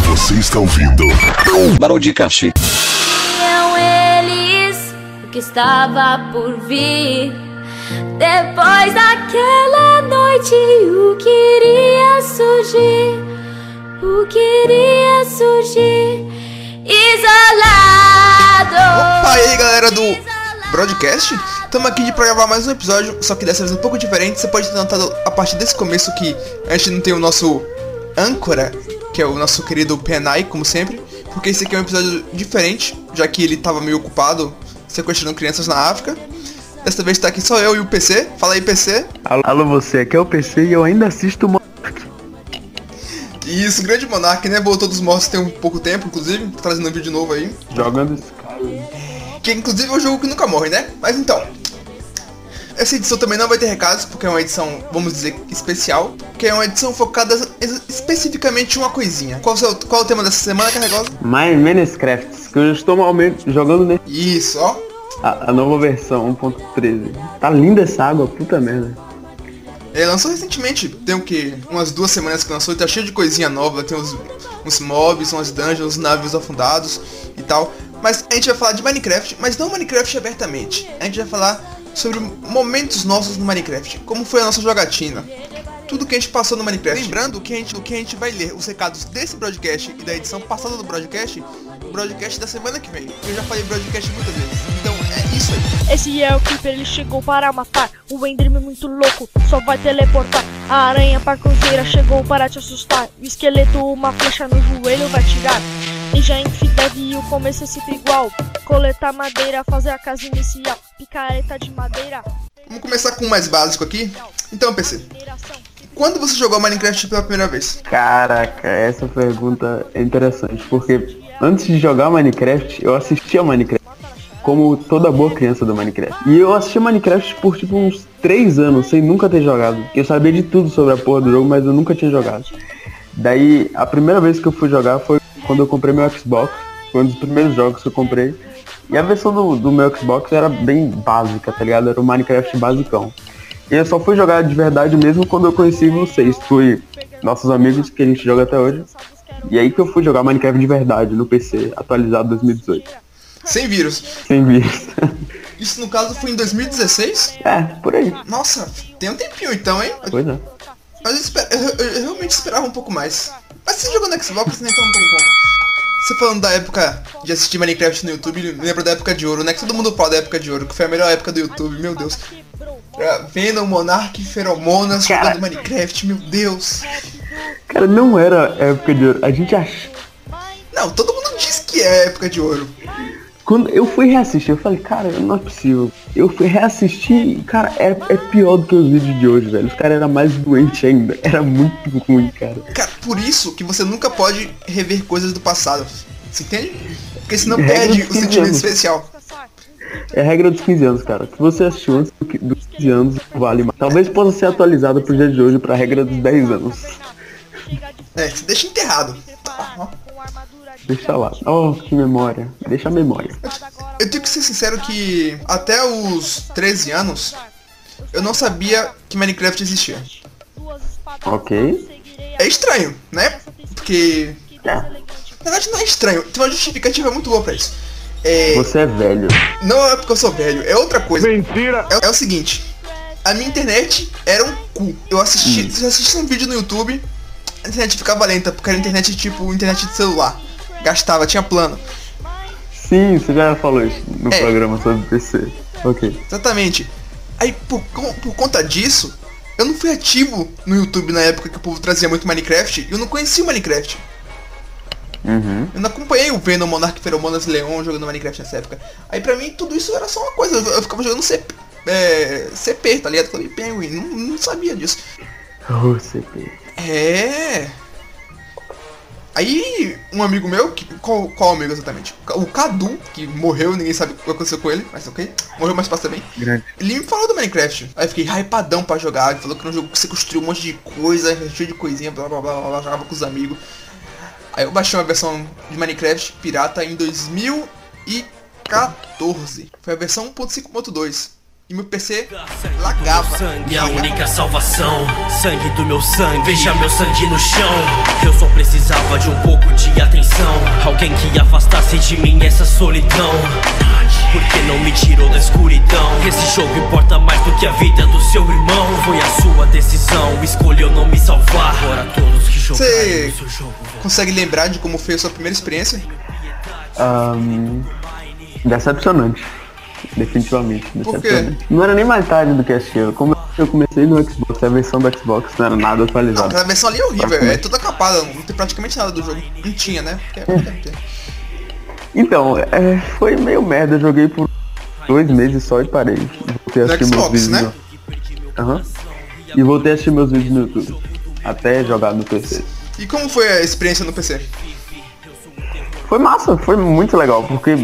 Você está ouvindo Barão de Cachê. Tinham eles o que estava por vir. Depois daquela noite, o que iria surgir? O que iria surgir? Isolado! Opa aí galera do Broadcast, estamos aqui para gravar mais um episódio, só que dessa vez um pouco diferente. Você pode ter notado a partir desse começo que a gente não tem o nosso âncora, que é o nosso querido Penai, como sempre, porque esse aqui é um episódio diferente, já que ele estava meio ocupado sequestrando crianças na África. Dessa vez tá aqui só eu e o PC. Fala aí, PC. Alô, alô, você, aqui é o PC e eu ainda assisto Monark. E Isso, grande monarca, né? Voltou dos mortos tem um pouco tempo, inclusive, tá trazendo um vídeo novo aí. Jogando Skyrim. Que inclusive é um jogo que nunca morre, né? Mas então. Essa edição também não vai ter recados, porque é uma edição, vamos dizer, especial. Que é uma edição focada es- especificamente em uma coisinha. Qual, o seu- qual é o tema dessa semana, Carregosa? My Minecraft, que eu estou malmente jogando ne- Isso, ó. a, a nova versão 1.13. Tá linda essa água, puta merda. Ele É, lançou recentemente, tem o que? Umas duas semanas que lançou e tá cheio de coisinha nova. Tem uns, uns mobs, umas dungeons, navios afundados e tal. Mas a gente vai falar de Minecraft, mas não Minecraft abertamente. A gente vai falar sobre momentos nossos no Minecraft, como foi a nossa jogatina. Tudo que a gente passou no Minecraft. Lembrando que a gente, do que a gente vai ler os recados desse broadcast e da edição passada do broadcast, o broadcast da semana que vem. Eu já falei broadcast muitas vezes. Então é isso aí. Esse é o Creeper, ele chegou para matar. O Enderman muito louco, só vai teleportar. A aranha parconzeira chegou para te assustar. O esqueleto, uma flecha no joelho vai tirar. E já em que deve o começo é sempre igual. Coletar madeira, fazer a casa inicial. Picareta de madeira. Vamos começar com o mais básico aqui. Então, PC, mineração. Quando você jogou Minecraft pela primeira vez? Caraca, essa pergunta é interessante, porque antes de jogar Minecraft, eu assistia Minecraft. Como toda boa criança do Minecraft. E eu assistia Minecraft por tipo uns 3 anos, sem nunca ter jogado. Eu sabia de tudo sobre a porra do jogo, mas eu nunca tinha jogado. Daí, a primeira vez que eu fui jogar foi quando eu comprei meu Xbox. Foi um dos primeiros jogos que eu comprei. E a versão do, do meu Xbox era bem básica, tá ligado? Era o Minecraft basicão. E eu só fui jogar de verdade mesmo quando eu conheci vocês, fui nossos amigos que a gente joga até hoje. E é aí que eu fui jogar Minecraft de verdade no PC, atualizado 2018. Sem vírus. Sem vista. Isso no caso foi em 2016? É, por aí. Nossa, tem um tempinho então, hein? Pois é. Mas eu, esper- eu- eu- eu realmente esperava um pouco mais. Mas você jogou no Xbox, né? Então não tem como. Você falando da época de assistir Minecraft no YouTube, lembra da época de ouro, né? Que todo mundo fala da época de ouro, que foi a melhor época do YouTube, meu Deus. Era Venom, Monark, Feromonas, Cara. jogando Minecraft, meu Deus. Cara, não era época de ouro. A gente ach... Não, todo mundo diz que é época de ouro. Quando eu fui reassistir, eu falei, cara, não é possível. Eu fui reassistir e, cara, é, é pior do que os vídeos de hoje, velho. Os caras eram mais doentes ainda. Era muito ruim, cara. Cara, por isso que você nunca pode rever coisas do passado. Você entende? Porque senão Regra perde dos o 15 sentimento anos. especial. É a regra dos 15 anos, cara. Se você assistiu antes do que- dos 15 anos, não vale mais. Talvez possa ser atualizada pro dia de hoje pra regra dos 10 anos. É, você deixa enterrado. Deixa lá. Oh, que memória. Deixa a memória. Eu tenho que ser sincero que até os 13 anos eu não sabia que Minecraft existia. Ok. É estranho, né? Porque. É, Na verdade não é estranho, tem uma justificativa muito boa pra isso. É, você é velho. não é porque eu sou velho, é outra coisa. Mentira! É, é o seguinte, a minha internet era um cu. Eu assisti, se eu assistisse um vídeo no YouTube, a internet ficava lenta, porque era internet tipo internet de celular. Gastava, tinha plano. Sim, você já falou isso no É. programa sobre PC. Ok. Exatamente. Aí por, con- por conta disso, eu não fui ativo no YouTube na época que o povo trazia muito Minecraft, e eu não conhecia o Minecraft. Uhum. Eu não acompanhei o Venom, Monark, Feromonas, Leon jogando Minecraft nessa época. Aí pra mim tudo isso era só uma coisa, eu eu ficava jogando CP, é, CP tá ligado? Club Penguin, não, não sabia disso. Oh, CP. É. Aí, um amigo meu, que, qual, qual amigo exatamente? O Cadu, que morreu, ninguém sabe o que aconteceu com ele, mas ok. Morreu, mas passa bem. Grande. Ele me falou do Minecraft. Aí eu fiquei hypadão pra jogar. Ele falou que era um jogo que você construiu um monte de coisa, cheio de coisinha, blá blá blá blá, blá jogava com os amigos. Aí eu baixei uma versão de Minecraft um pirata em 2014. Foi a versão 1.5.2. E meu PC lagava. Sangue é a única salvação. Sangue do meu sangue, veja meu sangue no chão. Eu só precisava de um pouco de atenção. Alguém que afastasse de mim essa solidão. Porque não me tirou da escuridão. Esse jogo importa mais do que a vida do seu irmão. Foi a sua decisão, escolheu não me salvar. Agora todos que jogaram Cê- o seu jogo vão Consegue lembrar de como foi a sua primeira experiência? Ahn, decepcionante. Definitivamente. Por quê? Decepcionante. Não era nem mais tarde do que achei. Como eu comecei no Xbox, a versão do Xbox não era nada Não, atualizada. aquela versão ali é horrível, é toda capada, não tem praticamente nada do jogo. Não tinha, né? Porque é- deve ter. Então, é, foi meio merda. Eu joguei por dois meses só e parei. Voltei a Do assistir meus Xbox, vídeos. né? no- Aham. E voltei a assistir meus vídeos no YouTube. Até jogar no PC. E como foi a experiência no PC? Foi massa, foi muito legal, porque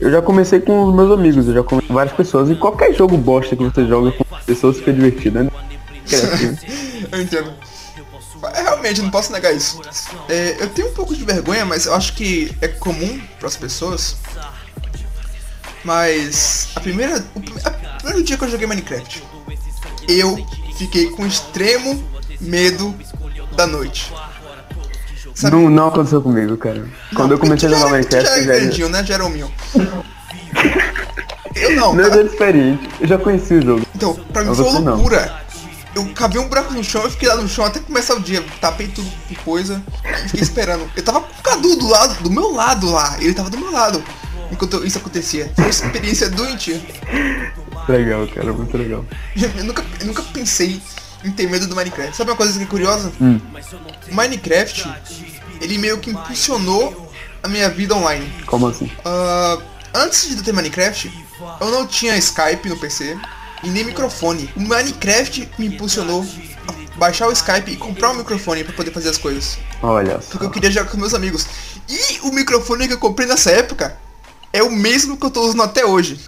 eu já comecei com os meus amigos, eu já comecei com várias pessoas. E qualquer jogo bosta que você joga com pessoas fica divertido, né? Criativo. Eu entendo. É, realmente, eu não posso negar isso. É, eu tenho um pouco de vergonha, mas eu acho que é comum pras pessoas. Mas a primeira, o, prim- a- o primeiro dia que eu joguei Minecraft, eu fiquei com extremo medo da noite. Sabe- Não, não aconteceu comigo, cara. Quando eu comecei a Tu já jogar era- tu Minecraft, já eu era já grandinho, né? Já era o meu. Eu não, Não cara. era experiente, eu já conheci o jogo. Então, pra mim Mas foi uma você não. loucura. Eu cavei um buraco no chão, eu fiquei lá no chão até começar o dia. Tapei tudo com coisa, e fiquei esperando. Eu tava com o Cadu do lado, do meu lado lá. Ele tava do meu lado. Enquanto isso acontecia. Foi uma experiência doentia. Legal, cara, muito legal. Eu nunca, eu nunca pensei em ter medo do Minecraft. Sabe uma coisa que é curiosa? Hum. O Minecraft, ele meio que impulsionou a minha vida online. Como assim? Ah, antes de ter Minecraft, eu não tinha Skype no PC e nem microfone. O Minecraft me impulsionou a baixar o Skype e comprar um microfone pra poder fazer as coisas. Olha só. Porque eu queria jogar com meus amigos. E o microfone que eu comprei nessa época é o mesmo que eu tô usando até hoje.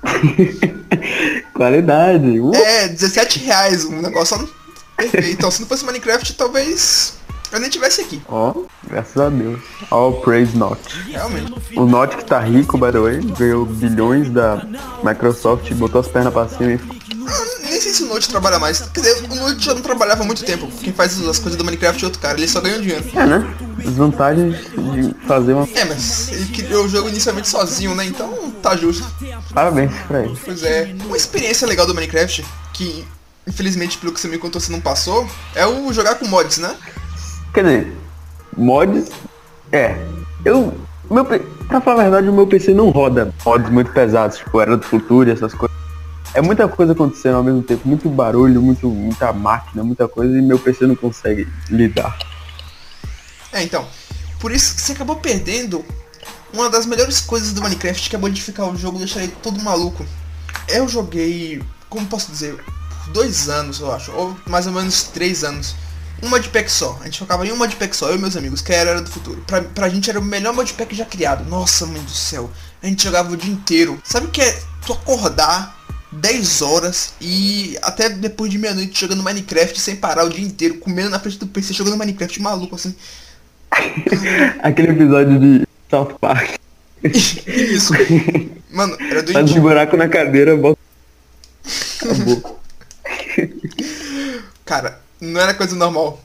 Qualidade. Uh, É, 17 reais, um negócio só perfeito. Então, se não fosse Minecraft, talvez eu nem tivesse aqui, Ó, graças a Deus. All praise not. realmente. O Not que tá rico, by the way, ganhou bilhões da Microsoft, botou as pernas pra cima e ficou. Ah, Nem sei se o Note trabalha mais. Quer dizer, o Note já não trabalhava há muito tempo. Quem faz as coisas do Minecraft é outro cara, ele só ganha um dinheiro. É, né? As vantagens de fazer uma. É, mas ele criou o jogo inicialmente sozinho, né? Então tá justo. Parabéns pra ele. Pois é. Uma experiência legal do Minecraft, que infelizmente pelo que você me contou você não passou, é o jogar com mods, né? Quer dizer, mods. É. Eu. Meu, P- pra falar a verdade, o meu PC não roda mods muito pesados, tipo Era do Futuro e essas coisas. É muita coisa acontecendo ao mesmo tempo, muito barulho, muito, muita máquina, muita coisa, e meu PC não consegue lidar. É, então. Por isso que você acabou perdendo uma das melhores coisas do Minecraft, que é modificar o jogo e deixar ele todo maluco. Eu joguei, como posso dizer, por dois anos, eu acho, ou mais ou menos três anos. Um modpack só. A gente jogava em um modpack só, eu e meus amigos, que era a Era do Futuro. Pra, pra gente era o melhor modpack já criado. Nossa, mãe do céu. A gente jogava o dia inteiro. Sabe o que é tu acordar 10 horas e até depois de meia-noite jogando Minecraft sem parar o dia inteiro, comendo na frente do PC, jogando Minecraft maluco assim. Aquele episódio de South Park. Isso. Mano, era Faz um doentio. buraco na cadeira, bota. Acabou. Cara, não era coisa normal.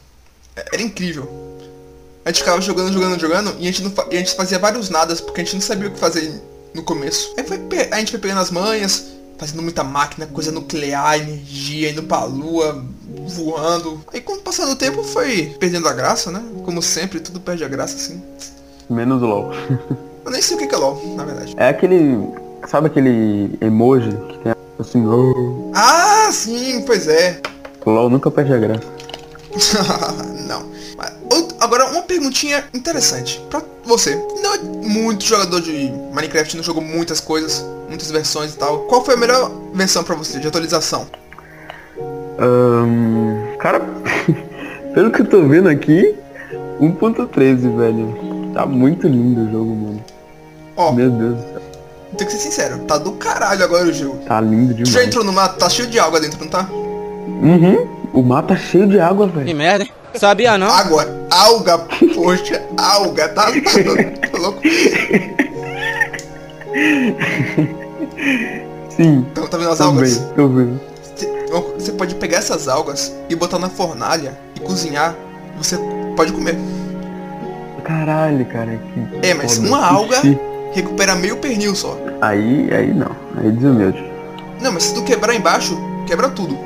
Era incrível. A gente ficava jogando, jogando, jogando e a gente, não fa- e a gente fazia vários nadas porque a gente não sabia o que fazer no começo. Aí foi pe- a gente foi pegando as manhas, fazendo muita máquina, coisa nuclear, energia, indo pra lua, voando. Aí com o passar do tempo foi perdendo a graça, né? Como sempre, tudo perde a graça assim. Menos LOL. Eu nem sei o que que é LOL, na verdade. É aquele. Sabe aquele emoji que tem assim, oh, Ah, sim, pois é. LOL nunca perde a graça. não. Mas, out- Agora, uma perguntinha interessante pra você. Não é muito jogador de Minecraft, não jogou muitas coisas, muitas versões e tal. Qual foi a melhor versão pra você de atualização? Ahn, cara, pelo que eu tô vendo aqui, 1.13, velho. Tá muito lindo o jogo, mano. Ó, Meu Deus do céu. tem que ser sincero, tá do caralho agora o jogo. Tá lindo Tu já demais. entrou no mato, tá cheio de água dentro, não tá? Uhum. O mapa é cheio de água, velho. Que merda, hein? Sabia não? Água, alga, poxa, alga, tá, tá, tá louco? Sim. Então, tá vendo as Tô algas? vendo, tô vendo. Você pode pegar essas algas e botar na fornalha e cozinhar. e Você pode comer. Caralho, cara. Que É, mas foda. uma alga Ixi. recupera meio pernil só. Aí, aí não. Aí tipo. desumilde. Não, mas se tu quebrar embaixo, quebra tudo.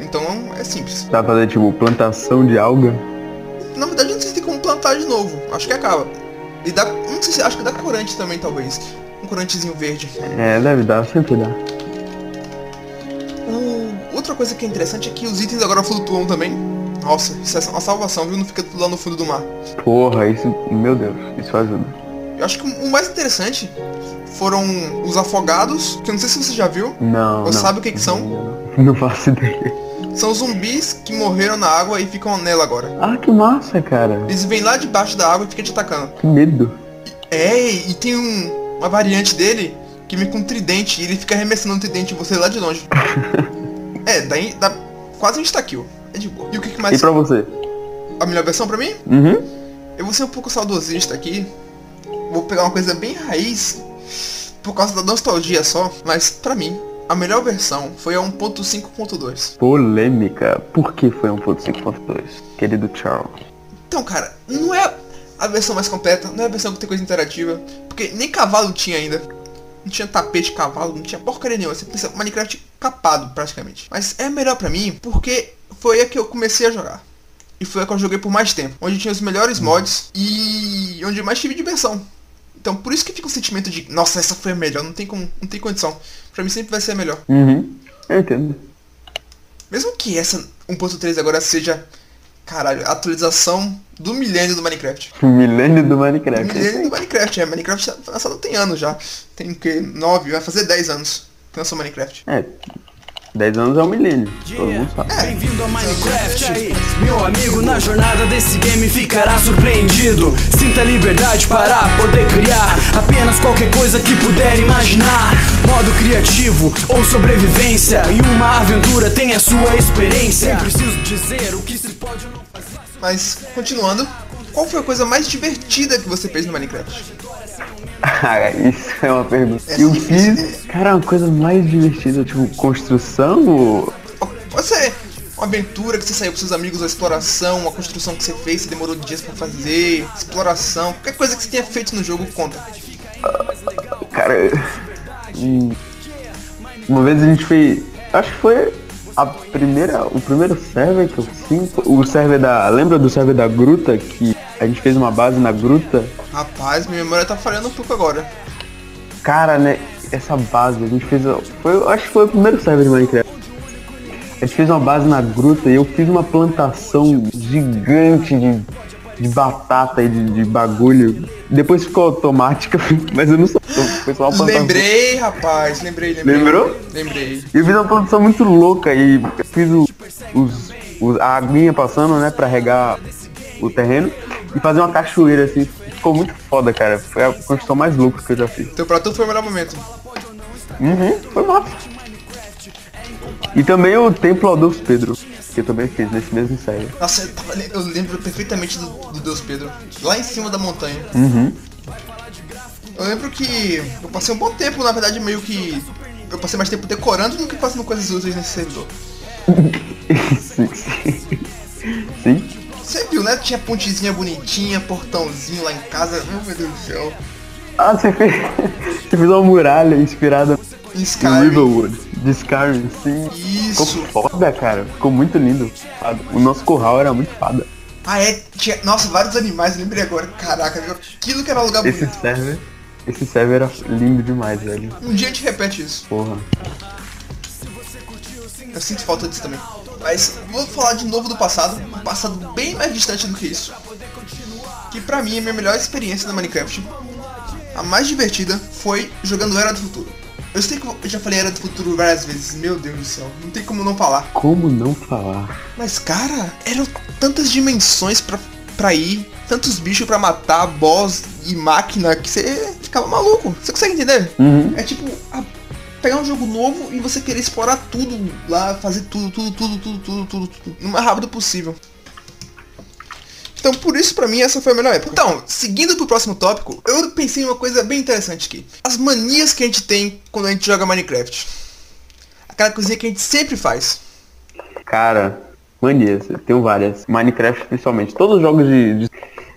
Então é simples. Dá pra fazer tipo plantação de alga? Na verdade, eu não sei se tem como plantar de novo. Acho que acaba. E dá. Não sei se. Acho que dá corante também, talvez. Um corantezinho verde. É, deve dar, sempre dá. O- Outra coisa que é interessante é que os itens agora flutuam também. Nossa, isso é uma salvação, viu? Não fica tudo lá no fundo do mar. Porra, isso. Meu Deus, isso ajuda. Eu acho que o mais interessante foram os afogados, que eu não sei se você já viu. Não. Você não. sabe o que que são? Não faço ideia. São zumbis que morreram na água e ficam nela agora. Ah, que massa, cara. Eles vêm lá debaixo da água e ficam te atacando. Que medo. É, e tem um, uma variante dele que vem com um tridente e ele fica arremessando o tridente em você lá de longe. é, daí dá quase um insta-kill. É de boa. E o que, que E mais... pra você? A melhor versão pra mim? Uhum. Eu vou ser um pouco saudosista aqui. Vou pegar uma coisa bem raiz. Por causa da nostalgia só. Mas pra mim, a melhor versão foi a 1.5.2. Polêmica. Por que foi 1.5.2? Querido Charles. Então, cara, não é a versão mais completa, não é a versão que tem coisa interativa, porque nem cavalo tinha ainda. Não tinha tapete de cavalo, não tinha porcaria nenhuma. Você pensa Minecraft capado, praticamente. Mas é melhor pra mim porque foi a que eu comecei a jogar. E foi a que eu joguei por mais tempo. Onde tinha os melhores mods e onde eu mais tive diversão. Então por isso que fica o sentimento de, nossa, essa foi a melhor, não tem como, não tem condição. Pra mim sempre vai ser a melhor. Uhum. Eu entendo. Mesmo que essa 1.3 agora seja, caralho, a atualização do milênio do Minecraft. Milênio do Minecraft. Ele é do Minecraft, é. Minecraft tá lançado tem anos já. Tem o que? 9, vai fazer 10 anos que lançou Minecraft. É. 10 anos é um milênio. Todo mundo sabe. É, Bem-vindo ao Minecraft, aí, meu amigo. Na jornada desse game ficará surpreendido. Sinta a liberdade para poder criar apenas qualquer coisa que puder imaginar. Modo criativo ou sobrevivência. E uma aventura tem a sua experiência. Nem preciso dizer o que se pode ou não fazer. Mas, continuando, qual foi a coisa mais divertida que você fez no Minecraft? Cara, isso é uma pergunta. Eu fiz, cara, uma coisa mais divertida, tipo, construção ou... Pode ser uma aventura que você saiu com seus amigos, uma exploração, uma construção que você fez, que demorou dias pra fazer, exploração, qualquer coisa que você tenha feito no jogo conta. Cara, hum, uma vez a gente fez, acho que foi a primeira, o primeiro server que eu fiz, o server da, lembra do server da gruta, que a gente fez uma base na gruta? Rapaz, minha memória tá falhando um pouco agora. Cara, né, essa base, a gente fez, foi, acho que foi o primeiro server de Minecraft. A gente fez uma base na gruta e eu fiz uma plantação gigante de, de batata e de, de bagulho. Depois ficou automática, mas eu não sou, foi só uma plantação. Lembrei, rapaz, lembrei, lembrei. Lembrou? Lembrei. E eu fiz uma plantação muito louca e eu fiz o- os, os- a aguinha passando, né, pra regar o terreno e fazer uma cachoeira, assim. Ficou muito foda, cara. Foi a construção mais louca que eu já fiz. Então pra tu foi o melhor momento. Uhum, foi massa. E também o Templo Adolfo Pedro, que eu também fiz nesse mesmo ensaio. Nossa, eu, tava- eu lembro perfeitamente do, do Deus Pedro, lá em cima da montanha. Eu lembro que eu passei um bom tempo, na verdade, meio que. Eu passei mais tempo decorando do que fazendo coisas úteis nesse servidor. sim, sim. Sim. Você viu, né? Tinha pontezinha bonitinha, portãozinho lá em casa. Ai, meu Deus do céu. Ah, você fez, você fez uma muralha inspirada Em em Skyrim. Riverwood, de Skyrim, sim. Ficou Isso. foda, cara. Ficou muito lindo. Fada. O nosso curral era muito fada. Ah, é. Tinha... Nossa, vários animais, lembrei agora. Caraca, viu? aquilo que era um lugar Esse bonito. server. Esse server era lindo demais, velho. Um dia a gente repete isso. Porra. Eu sinto falta disso também. Mas vou falar de novo do passado, um passado bem mais distante do que isso. Que pra mim é a minha melhor experiência no Minecraft. A mais divertida foi jogando Era do Futuro. Eu sei que eu já falei Era do Futuro várias vezes, meu Deus do céu, não tem como não falar. Como não falar? Mas cara, eram tantas dimensões pra, pra ir, tantos bichos pra matar, boss e máquina, que você ficava maluco. Você consegue entender? Uhum. É tipo a- pegar um jogo novo e você querer explorar tudo lá, fazer tudo, tudo, tudo, tudo, tudo, tudo, tudo, o mais rápido possível. Então por isso pra mim essa foi a melhor época. Então, seguindo pro próximo tópico, eu pensei em uma coisa bem interessante aqui. As manias que a gente tem quando a gente joga Minecraft. aquela coisinha que a gente sempre faz. Cara, manias, eu tenho várias. Minecraft principalmente. Todos os jogos de. de-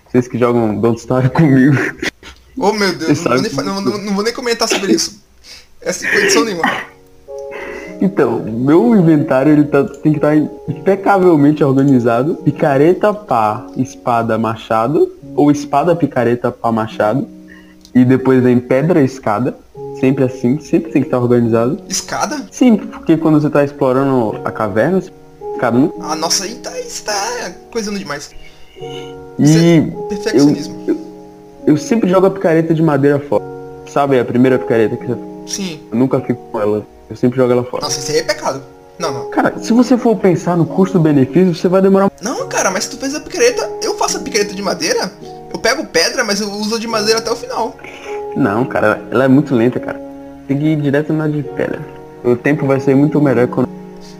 Vocês que jogam Don't Starve comigo. Oh meu Deus, Você não vou, sabe nem, fa- tudo. não, não- não vou nem comentar sobre isso. Essa condição nenhuma. Então, meu inventário ele tá- tem que estar impecavelmente organizado. Picareta, pá, espada, machado. Ou espada, picareta, pá, machado. E depois vem pedra, escada. Sempre assim, sempre tem que estar organizado. Escada? Sim, porque quando você tá explorando a caverna, você cada um. Ah, nossa, aí tá, isso tá coisando demais. E Perfeccionismo. eu sempre jogo a picareta de madeira fora. Sabe a primeira picareta que você... Sim. eu nunca fico com ela. Eu sempre jogo ela fora. Nossa, isso aí é pecado. Não, não. Cara, se você for pensar no custo-benefício, você vai demorar Não, cara, mas se tu fez a picareta, eu faço a picareta de madeira, eu pego pedra, mas eu uso a de madeira até o final. Não, cara, ela é muito lenta, cara. Tem que ir direto na de pedra. O tempo vai ser muito melhor quando.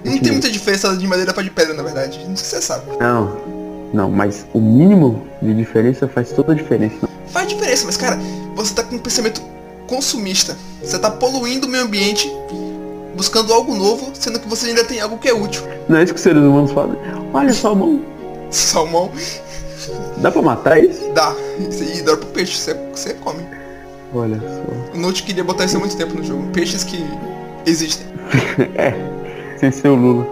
Não tem muita diferença de madeira pra de pedra, na verdade. Não sei se você sabe. Não, não, mas o mínimo de diferença faz toda a diferença. Faz diferença, mas cara, você tá com um pensamento consumista. Você tá poluindo o meio ambiente, buscando algo novo, sendo que você ainda tem algo que é útil. Não é isso que os seres humanos fazem. Olha só, mão, Salmão, dá pra matar isso? dá. Isso aí dá pro peixe, você, você come. Olha só. O Note queria botar isso há muito tempo no jogo. Peixes que existem. Sem ser o Lula.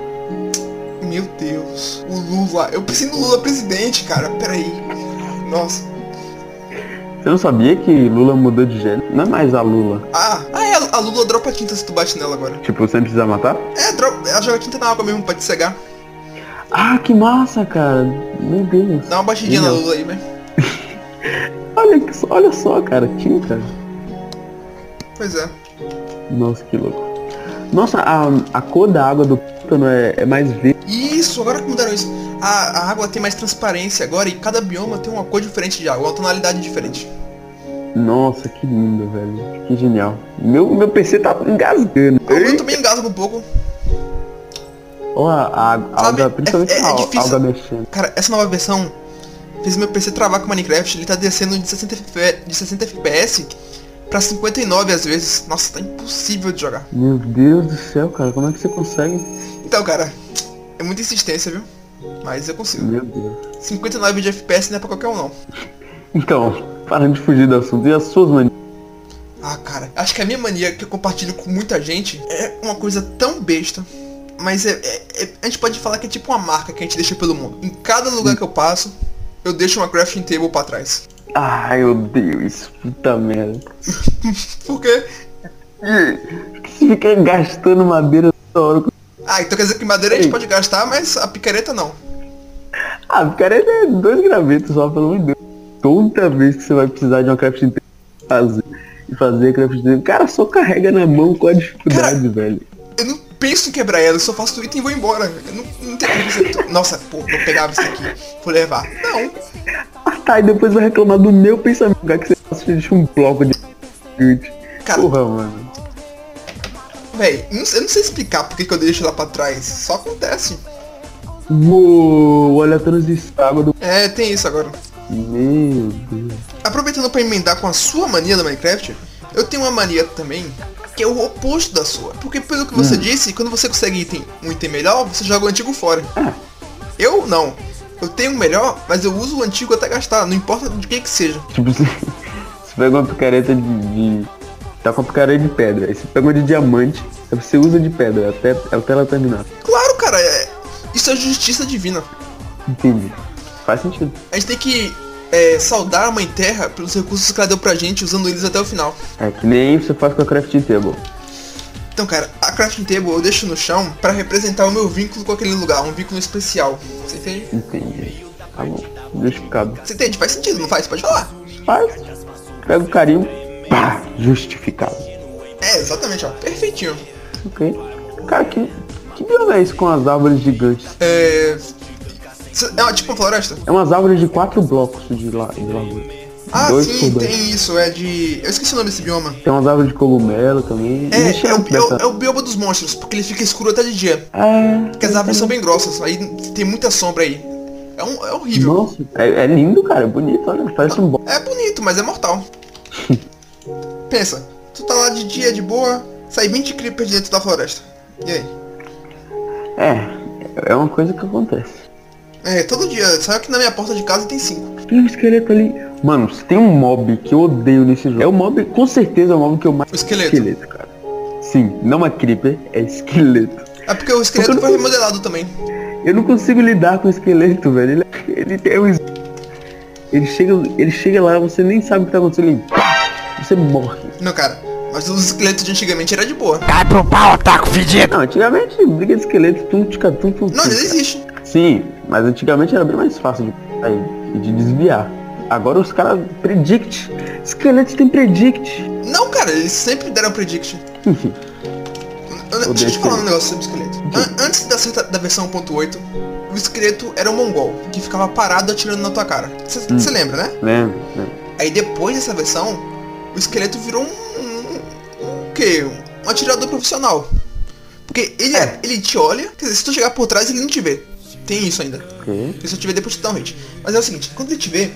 Meu Deus. O Lula. Eu pensei no Lula presidente, cara. Peraí. Nossa. Você não sabia que Lula mudou de gênero? Não é mais a Lula. Ah, ah é, a Lula dropa tinta se tu bate nela agora. Tipo, você não precisa matar? É, dropa, ela joga tinta na água mesmo pra te cegar. Ah, que massa, cara. Meu Deus. Dá uma batidinha Legal. na Lula aí, né? velho. Olha, que só- olha só, cara. Tinta. Pois é. Nossa, que louco. Nossa, a, a cor da água do pântano é, é mais verde. Isso, agora que mudaram isso. A, a água tem mais transparência agora e cada bioma tem uma cor diferente de água, uma tonalidade diferente. Nossa, que lindo, velho. Que genial. Meu, meu PC tá engasgando. Eu, eu também engasgo um pouco. Olha a, a, a Sabe, alga, principalmente é- é a al- difícil. alga mexendo. Cara, essa nova versão fez meu PC travar com Minecraft. Ele tá descendo de 60, FP de 60 FPS pra 59 às vezes. Nossa, tá impossível de jogar. Meu Deus do céu, cara. Como é que você consegue? Então, cara, é muita insistência, viu? Mas eu consigo. Meu Deus. 59 de FPS não é pra qualquer um, não. Então, parando de fugir do assunto. E as suas manias? Ah, cara, acho que a minha mania que eu compartilho com muita gente é uma coisa tão besta. Mas é, é- é- a gente pode falar que é tipo uma marca que a gente deixa pelo mundo. Em cada lugar que eu passo, eu deixo uma crafting table pra trás. Ai, eu odeio isso. Puta merda. Por quê? Por que você fica gastando madeira toda hora? com- Ah, então quer dizer que madeira a gente Ei. pode gastar, mas a picareta não. Ah, cara, é dois gravetos só, pelo amor de Deus. Toda vez que você vai precisar de uma crafting table fazer, e fazer a crafting table, cara, só carrega na mão com a dificuldade, velho. Eu não penso em quebrar ela, eu só faço o item e vou embora. Eu não, não tenho como Nossa, pô, vou pegar isso aqui, vou levar. Não, Ah tá, e depois vai reclamar do meu pensamento, cara, que você faz de um bloco de build. Cara- Porra, mano. véi, eu não, eu não sei explicar por que que eu deixo ela pra trás. Só acontece. Uou, olha a transição do. É, tem isso agora. Meu Deus. Aproveitando pra emendar com a sua mania do Minecraft, eu tenho uma mania também que é o oposto da sua. Porque pelo que você disse, quando você consegue item, um item melhor, você joga o antigo fora. Eu não. Eu tenho o melhor, mas eu uso o antigo até gastar, não importa de que que seja. Tipo, você, você pega uma picareta de, de- Tá com a picareta de pedra. Aí você pega uma de diamante, aí você usa de pedra até, até ela terminar. Claro, cara, é- isso é justiça divina. Entendi. Faz sentido. A gente tem que é, saudar a Mãe Terra pelos recursos que ela deu pra gente, usando eles até o final. É que nem você faz com a crafting table. Então, cara, a crafting table eu deixo no chão pra representar o meu vínculo com aquele lugar, um vínculo especial. Você entende? Entendi. Tá bom. Justificado. Você entende? Faz sentido, não faz? Pode falar. Faz. Pega o carimbo. Pá. Justificado. É, exatamente, ó. Perfeitinho. Ok. Cara, que, que bioma é esse com as árvores gigantes? É. cê- É uma- tipo uma floresta? É umas árvores de quatro blocos de, la, de largura. Ah, dois sim, por dois. tem isso. É de. Eu esqueci o nome desse bioma. Tem umas árvores de cogumelo também. Existe É, é o, essa- é, o, é o bioma dos monstros, porque ele fica escuro até de dia. É. Porque as árvores são bem grossas, aí tem muita sombra aí. É, um, é horrível. Nossa, é, é lindo, cara. É bonito, olha. Parece um bloco. É bonito, mas é mortal. Pensa, tu tá lá de dia de boa, sai 20 creepers de dentro da floresta. E aí? É, é uma coisa que acontece. É, todo dia. Só que na minha porta de casa tem cinco. Tem um esqueleto ali. Mano, se tem um mob que eu odeio nesse jogo. É o mob, com certeza é o mob que eu mais. O esqueleto. Esqueleto, cara. Sim, não é creeper, é esqueleto. É porque o esqueleto Porque eu foi não- remodelado também. Eu não consigo lidar com o esqueleto, velho. Ele, ele tem um. es- Ele chega, ele chega lá, você nem sabe o que tá acontecendo. Ele... pá, Você morre. Não, cara. Mas os esqueletos de antigamente era de boa. Não, antigamente briga de esqueleto, tum, tica, tum, tum, tum, Não, ainda cara. existe. Sim, mas antigamente era bem mais fácil de, aí, de desviar. Agora os caras predict. Esqueleto tem predict. Não, cara, eles sempre deram prediction. Enfim, Eu- Deixa eu te Odeio falar um negócio sobre o esqueleto. An- antes da, seta- da versão 1.8, o esqueleto era um mongol, que ficava parado atirando na tua cara. Você lembra, né? né? né. Aí depois dessa versão, o esqueleto virou um. um, um quê? Um atirador profissional. Porque ele, é, ele te olha, quer dizer, se tu chegar por trás ele não te vê. Tem isso ainda. Ok. Ele só te vê depois de dar um hit. Mas é o seguinte, quando ele te vê,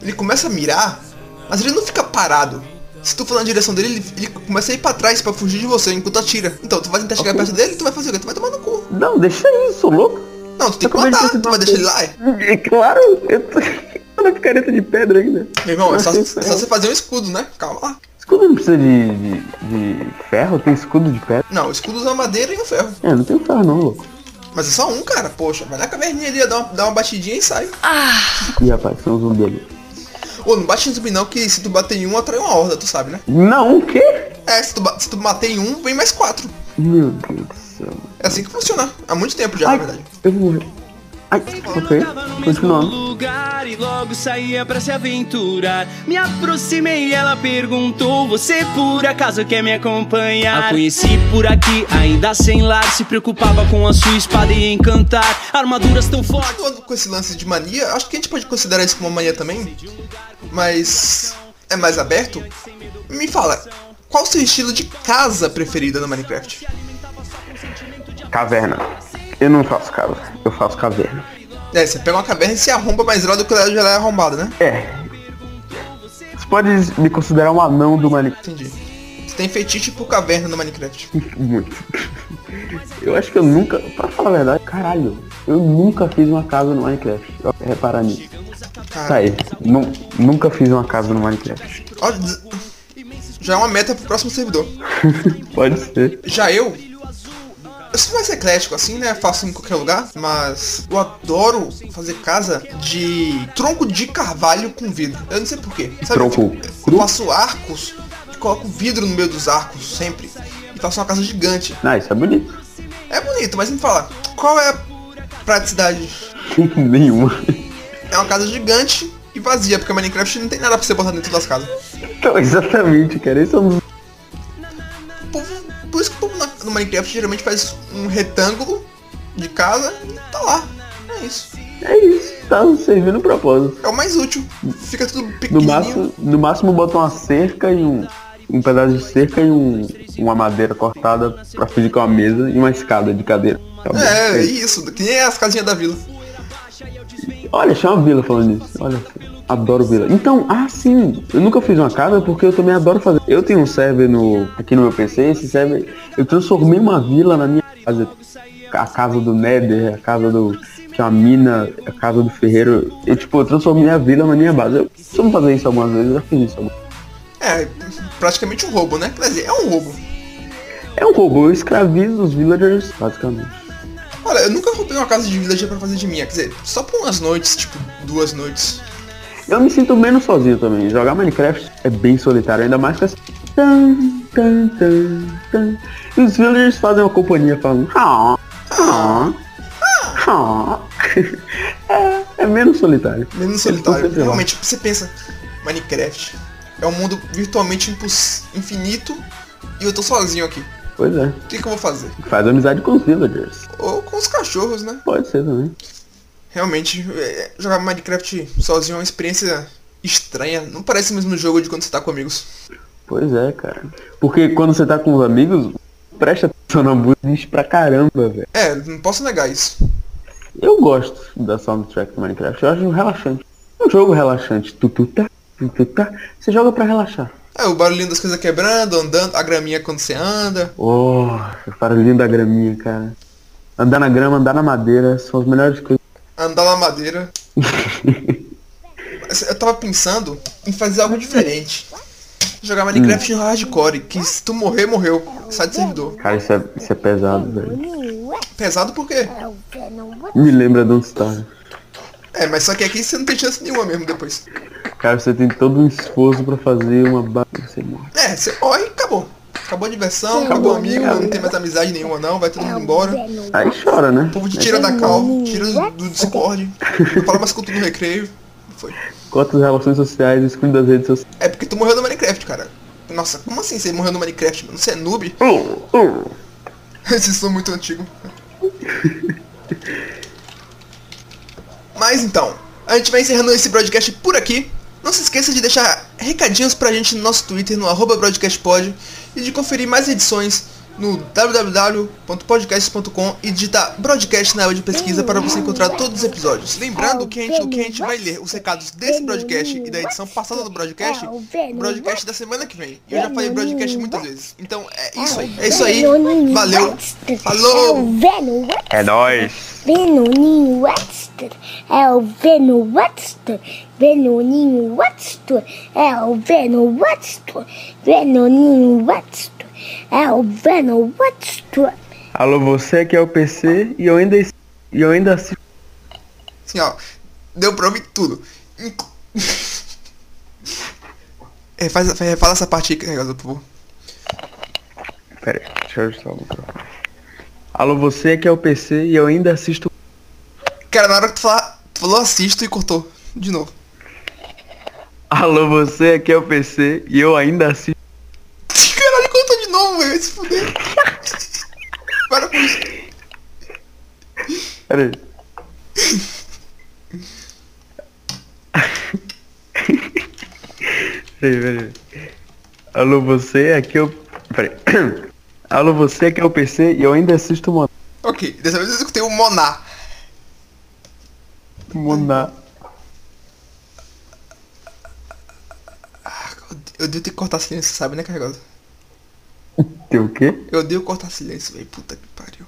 ele começa a mirar, mas ele não fica parado. Se tu for na direção dele, ele, ele começa a ir pra trás pra fugir de você enquanto atira. Então, tu vai tentar chegar Ok. perto dele, tu vai fazer o quê? Tu vai tomar no cu. Não, deixa isso, sou louco. Não, tu tem Eu que acabei de matar, perceber tu vai uma deixar ele coisa. lá. é. É claro, eu tô, tô na picareta de pedra ainda. Meu irmão, é só, é Nossa, só isso é- você fazer um escudo, né? Calma lá. Escudo não precisa de, de, de ferro, tem escudo de pedra. Não, o escudo usa madeira e o ferro. É, não tem ferro não, louco. Mas é só um, cara. Poxa, vai na caverninha ali, dá uma, dá uma batidinha e sai. Ih, rapaz, tem um zumbi ali. Ô, não bate em zumbi não, que se tu bater em um, atrai uma horda, tu sabe, né? Não, o quê? É, se tu, ba- se tu bater em um, vem mais quatro. Meu Deus do céu. É assim que funciona. Há muito tempo já, Ai, na É verdade. eu vou morrer. Ai, ok. é Continuando. lugar e logo saía pra se aventurar. Me aproximei e ela perguntou: Você por acaso quer me acompanhar? A conheci por aqui, ainda sem lar. Se preocupava com a sua espada e encantar. Armaduras tão fortes. Continuando com esse lance de mania, acho que a gente pode considerar isso como uma mania também. Mas é mais aberto. Me fala, qual o seu estilo de casa preferida no Minecraft? Caverna. Eu não faço casa, eu faço caverna. É, você pega uma caverna e se arromba mais lá do que ela já é arrombada, né? É. Você pode me considerar um anão do Minecraft? Entendi. Você tem fetiche por caverna no Minecraft. Muito. Eu acho que eu nunca, pra falar a verdade, caralho, eu nunca fiz uma casa no Minecraft. Ó, Reparar nisso. Tá Cara, aí. Nu- nunca fiz uma casa no Minecraft. olha, des- já é uma meta pro próximo servidor. Pode ser. Já eu. Eu sou mais eclético assim, né? Faço em qualquer lugar, mas eu adoro fazer casa de tronco de carvalho com vidro. Eu não sei porquê. Tronco Eu cru? faço arcos e coloco vidro no meio dos arcos sempre. E faço uma casa gigante. Ah, isso é bonito. É bonito, mas me fala, qual é a praticidade? Nenhuma. É uma casa gigante e vazia, porque Minecraft não tem nada pra você botar dentro das casas. Então, exatamente, cara. Esse é um dos... O povo- por isso que o povo na- no Minecraft geralmente faz um retângulo de casa e tá lá. É isso. É isso. Tá servindo o propósito. É o mais útil. Fica tudo No pequenininho. máximo, no máximo botam uma cerca e um, um pedaço de cerca e um, uma madeira cortada pra fingir que é uma mesa e uma escada de cadeira. Tá bom. É, é isso. Que nem as casinhas da vila. Olha, chama Vila falando isso. Olha, adoro Vila. Então, ah, sim, eu nunca fiz uma casa porque eu também adoro fazer. Eu tenho um server no, aqui no meu PC, esse server, eu transformei uma vila na minha casa. A casa do Nether, a casa do. Tinha uma mina, a casa do ferreiro. Eu, tipo, eu transformei a vila na minha base. Eu costumo fazer isso algumas vezes, eu já fiz isso algumas É, praticamente um roubo, né? Quer dizer, é um roubo. É um robô, eu escravizo os villagers, basicamente. Olha, eu nunca roubei uma casa de villager pra fazer de minha. Quer dizer, só por umas noites, tipo, duas noites. Eu me sinto menos sozinho também. Jogar Minecraft é bem solitário, ainda mais que as... Tan, tan, tan, tan. E os villagers fazem uma companhia falando... Ah, ah, ah. É, é menos solitário. Menos Eles estão solitário. sempre lá. Realmente, você pensa, Minecraft é um mundo virtualmente imposs- infinito e eu tô sozinho aqui. Pois é. O que, que eu vou fazer? Faz amizade com os villagers. Ou com os cachorros, né? Pode ser também. Realmente, é, jogar Minecraft sozinho é uma experiência estranha. Não parece o mesmo jogo de quando você tá com amigos. Pois é, cara. Porque quando você tá com os amigos, presta atenção na música gente, pra caramba, velho. É, não posso negar isso. Eu gosto da soundtrack do Um Minecraft, eu acho relaxante. É um jogo relaxante. Tu, tu, tá, tu, tu, tá. Você joga pra relaxar. É, o barulhinho das coisas quebrando, andando, a graminha quando você anda. Oh, o farolzinho da graminha, cara. Andar na grama, andar na madeira, são as melhores coisas. Andar na madeira. Mas Eu tava pensando em fazer algo diferente. Jogar Minecraft no hardcore, que se tu morrer, morreu. Sai do servidor. Cara, isso é, isso é pesado, velho. Pesado por quê? Me lembra de um onde está. É, mas só que aqui você não tem chance nenhuma mesmo depois. Cara, você tem todo um esforço pra fazer uma ba... Você morre. É, você morre e acabou. Acabou a diversão, acabou o amigo, não tem mais amizade nenhuma não, vai todo mundo embora. O Aí chora, né? povo te tira da calma, tira do, do Discord, não fala mais com tu no recreio. Foi. Corta as relações sociais, exclui das redes sociais. É porque tu morreu no Minecraft, cara. Nossa, como assim você morreu no Minecraft, mano? Você é noob? Uh, Esse som é muito antigo. Mas então, a gente vai encerrando esse broadcast por aqui. Não se esqueça de deixar recadinhos pra gente no nosso Twitter, no arroba broadcastpod, e de conferir mais edições no www.podcast.com e digitar broadcast na aba de pesquisa para você encontrar todos os episódios. Lembrando que a gente, que a gente vai ler os recados desse broadcast e da edição passada do broadcast, o broadcast da semana que vem. E eu já falei broadcast muitas vezes. Então é isso aí. É isso aí. Valeu. É o Falou. Venom É nóis! Venoninho Webster. É o Venom Webster. Venoninho Webster. É o Venom Webster. Venoninho Webster. É o Venom Webster. Alô, você que é o PC e eu ainda es- e eu ainda assisto. Assim, ó. Deu pra ouvir tudo. Inc- É, faz, faz- fala essa parte aí, Gaza, por favor. Pera aí, deixa eu ajustar o microfone. Alô, você que é o PC e eu ainda assisto. Cara, na hora que tu, falar, tu falou assisto e cortou. De novo. Alô, você que é o PC e eu ainda assisto. Caralho, conta de novo, velho. Vai se fuder. Para com isso. Pera aí. pera aí, pera aí. Alô, você aqui é o. Pera aí. Alô, você que é o PC e eu ainda assisto Mon- Ok, dessa vez eu escutei o Moná. Moná. Ah, Eu odeio ter que cortar silêncio, você sabe, né, Cargosa? Tem o quê? Eu odeio cortar silêncio, velho. Puta que pariu.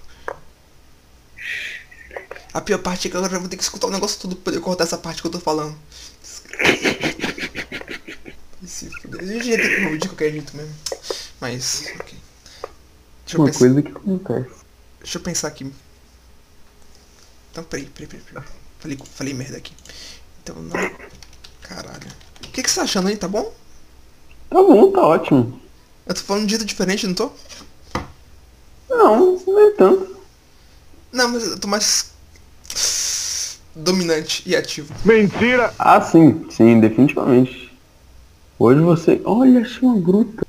A pior parte é que agora eu vou ter que escutar o negócio todo pra poder cortar essa parte que eu tô falando. Vai se fuder. A gente ia ter que ouvir de qualquer jeito mesmo. Mas, ok. Deixa eu, Uma pensar, coisa que acontece. deixa eu pensar aqui. Então, peraí, peraí, peraí. peraí. Falei, falei merda aqui. Então, não. Caralho. O que, que você tá achando aí, tá bom? Tá bom, tá ótimo. Eu tô falando de jeito diferente, não tô? Não, não é tanto. Não, mas eu tô mais dominante e ativo. Ah, sim, sim, definitivamente. Hoje você. Olha, achei uma gruta.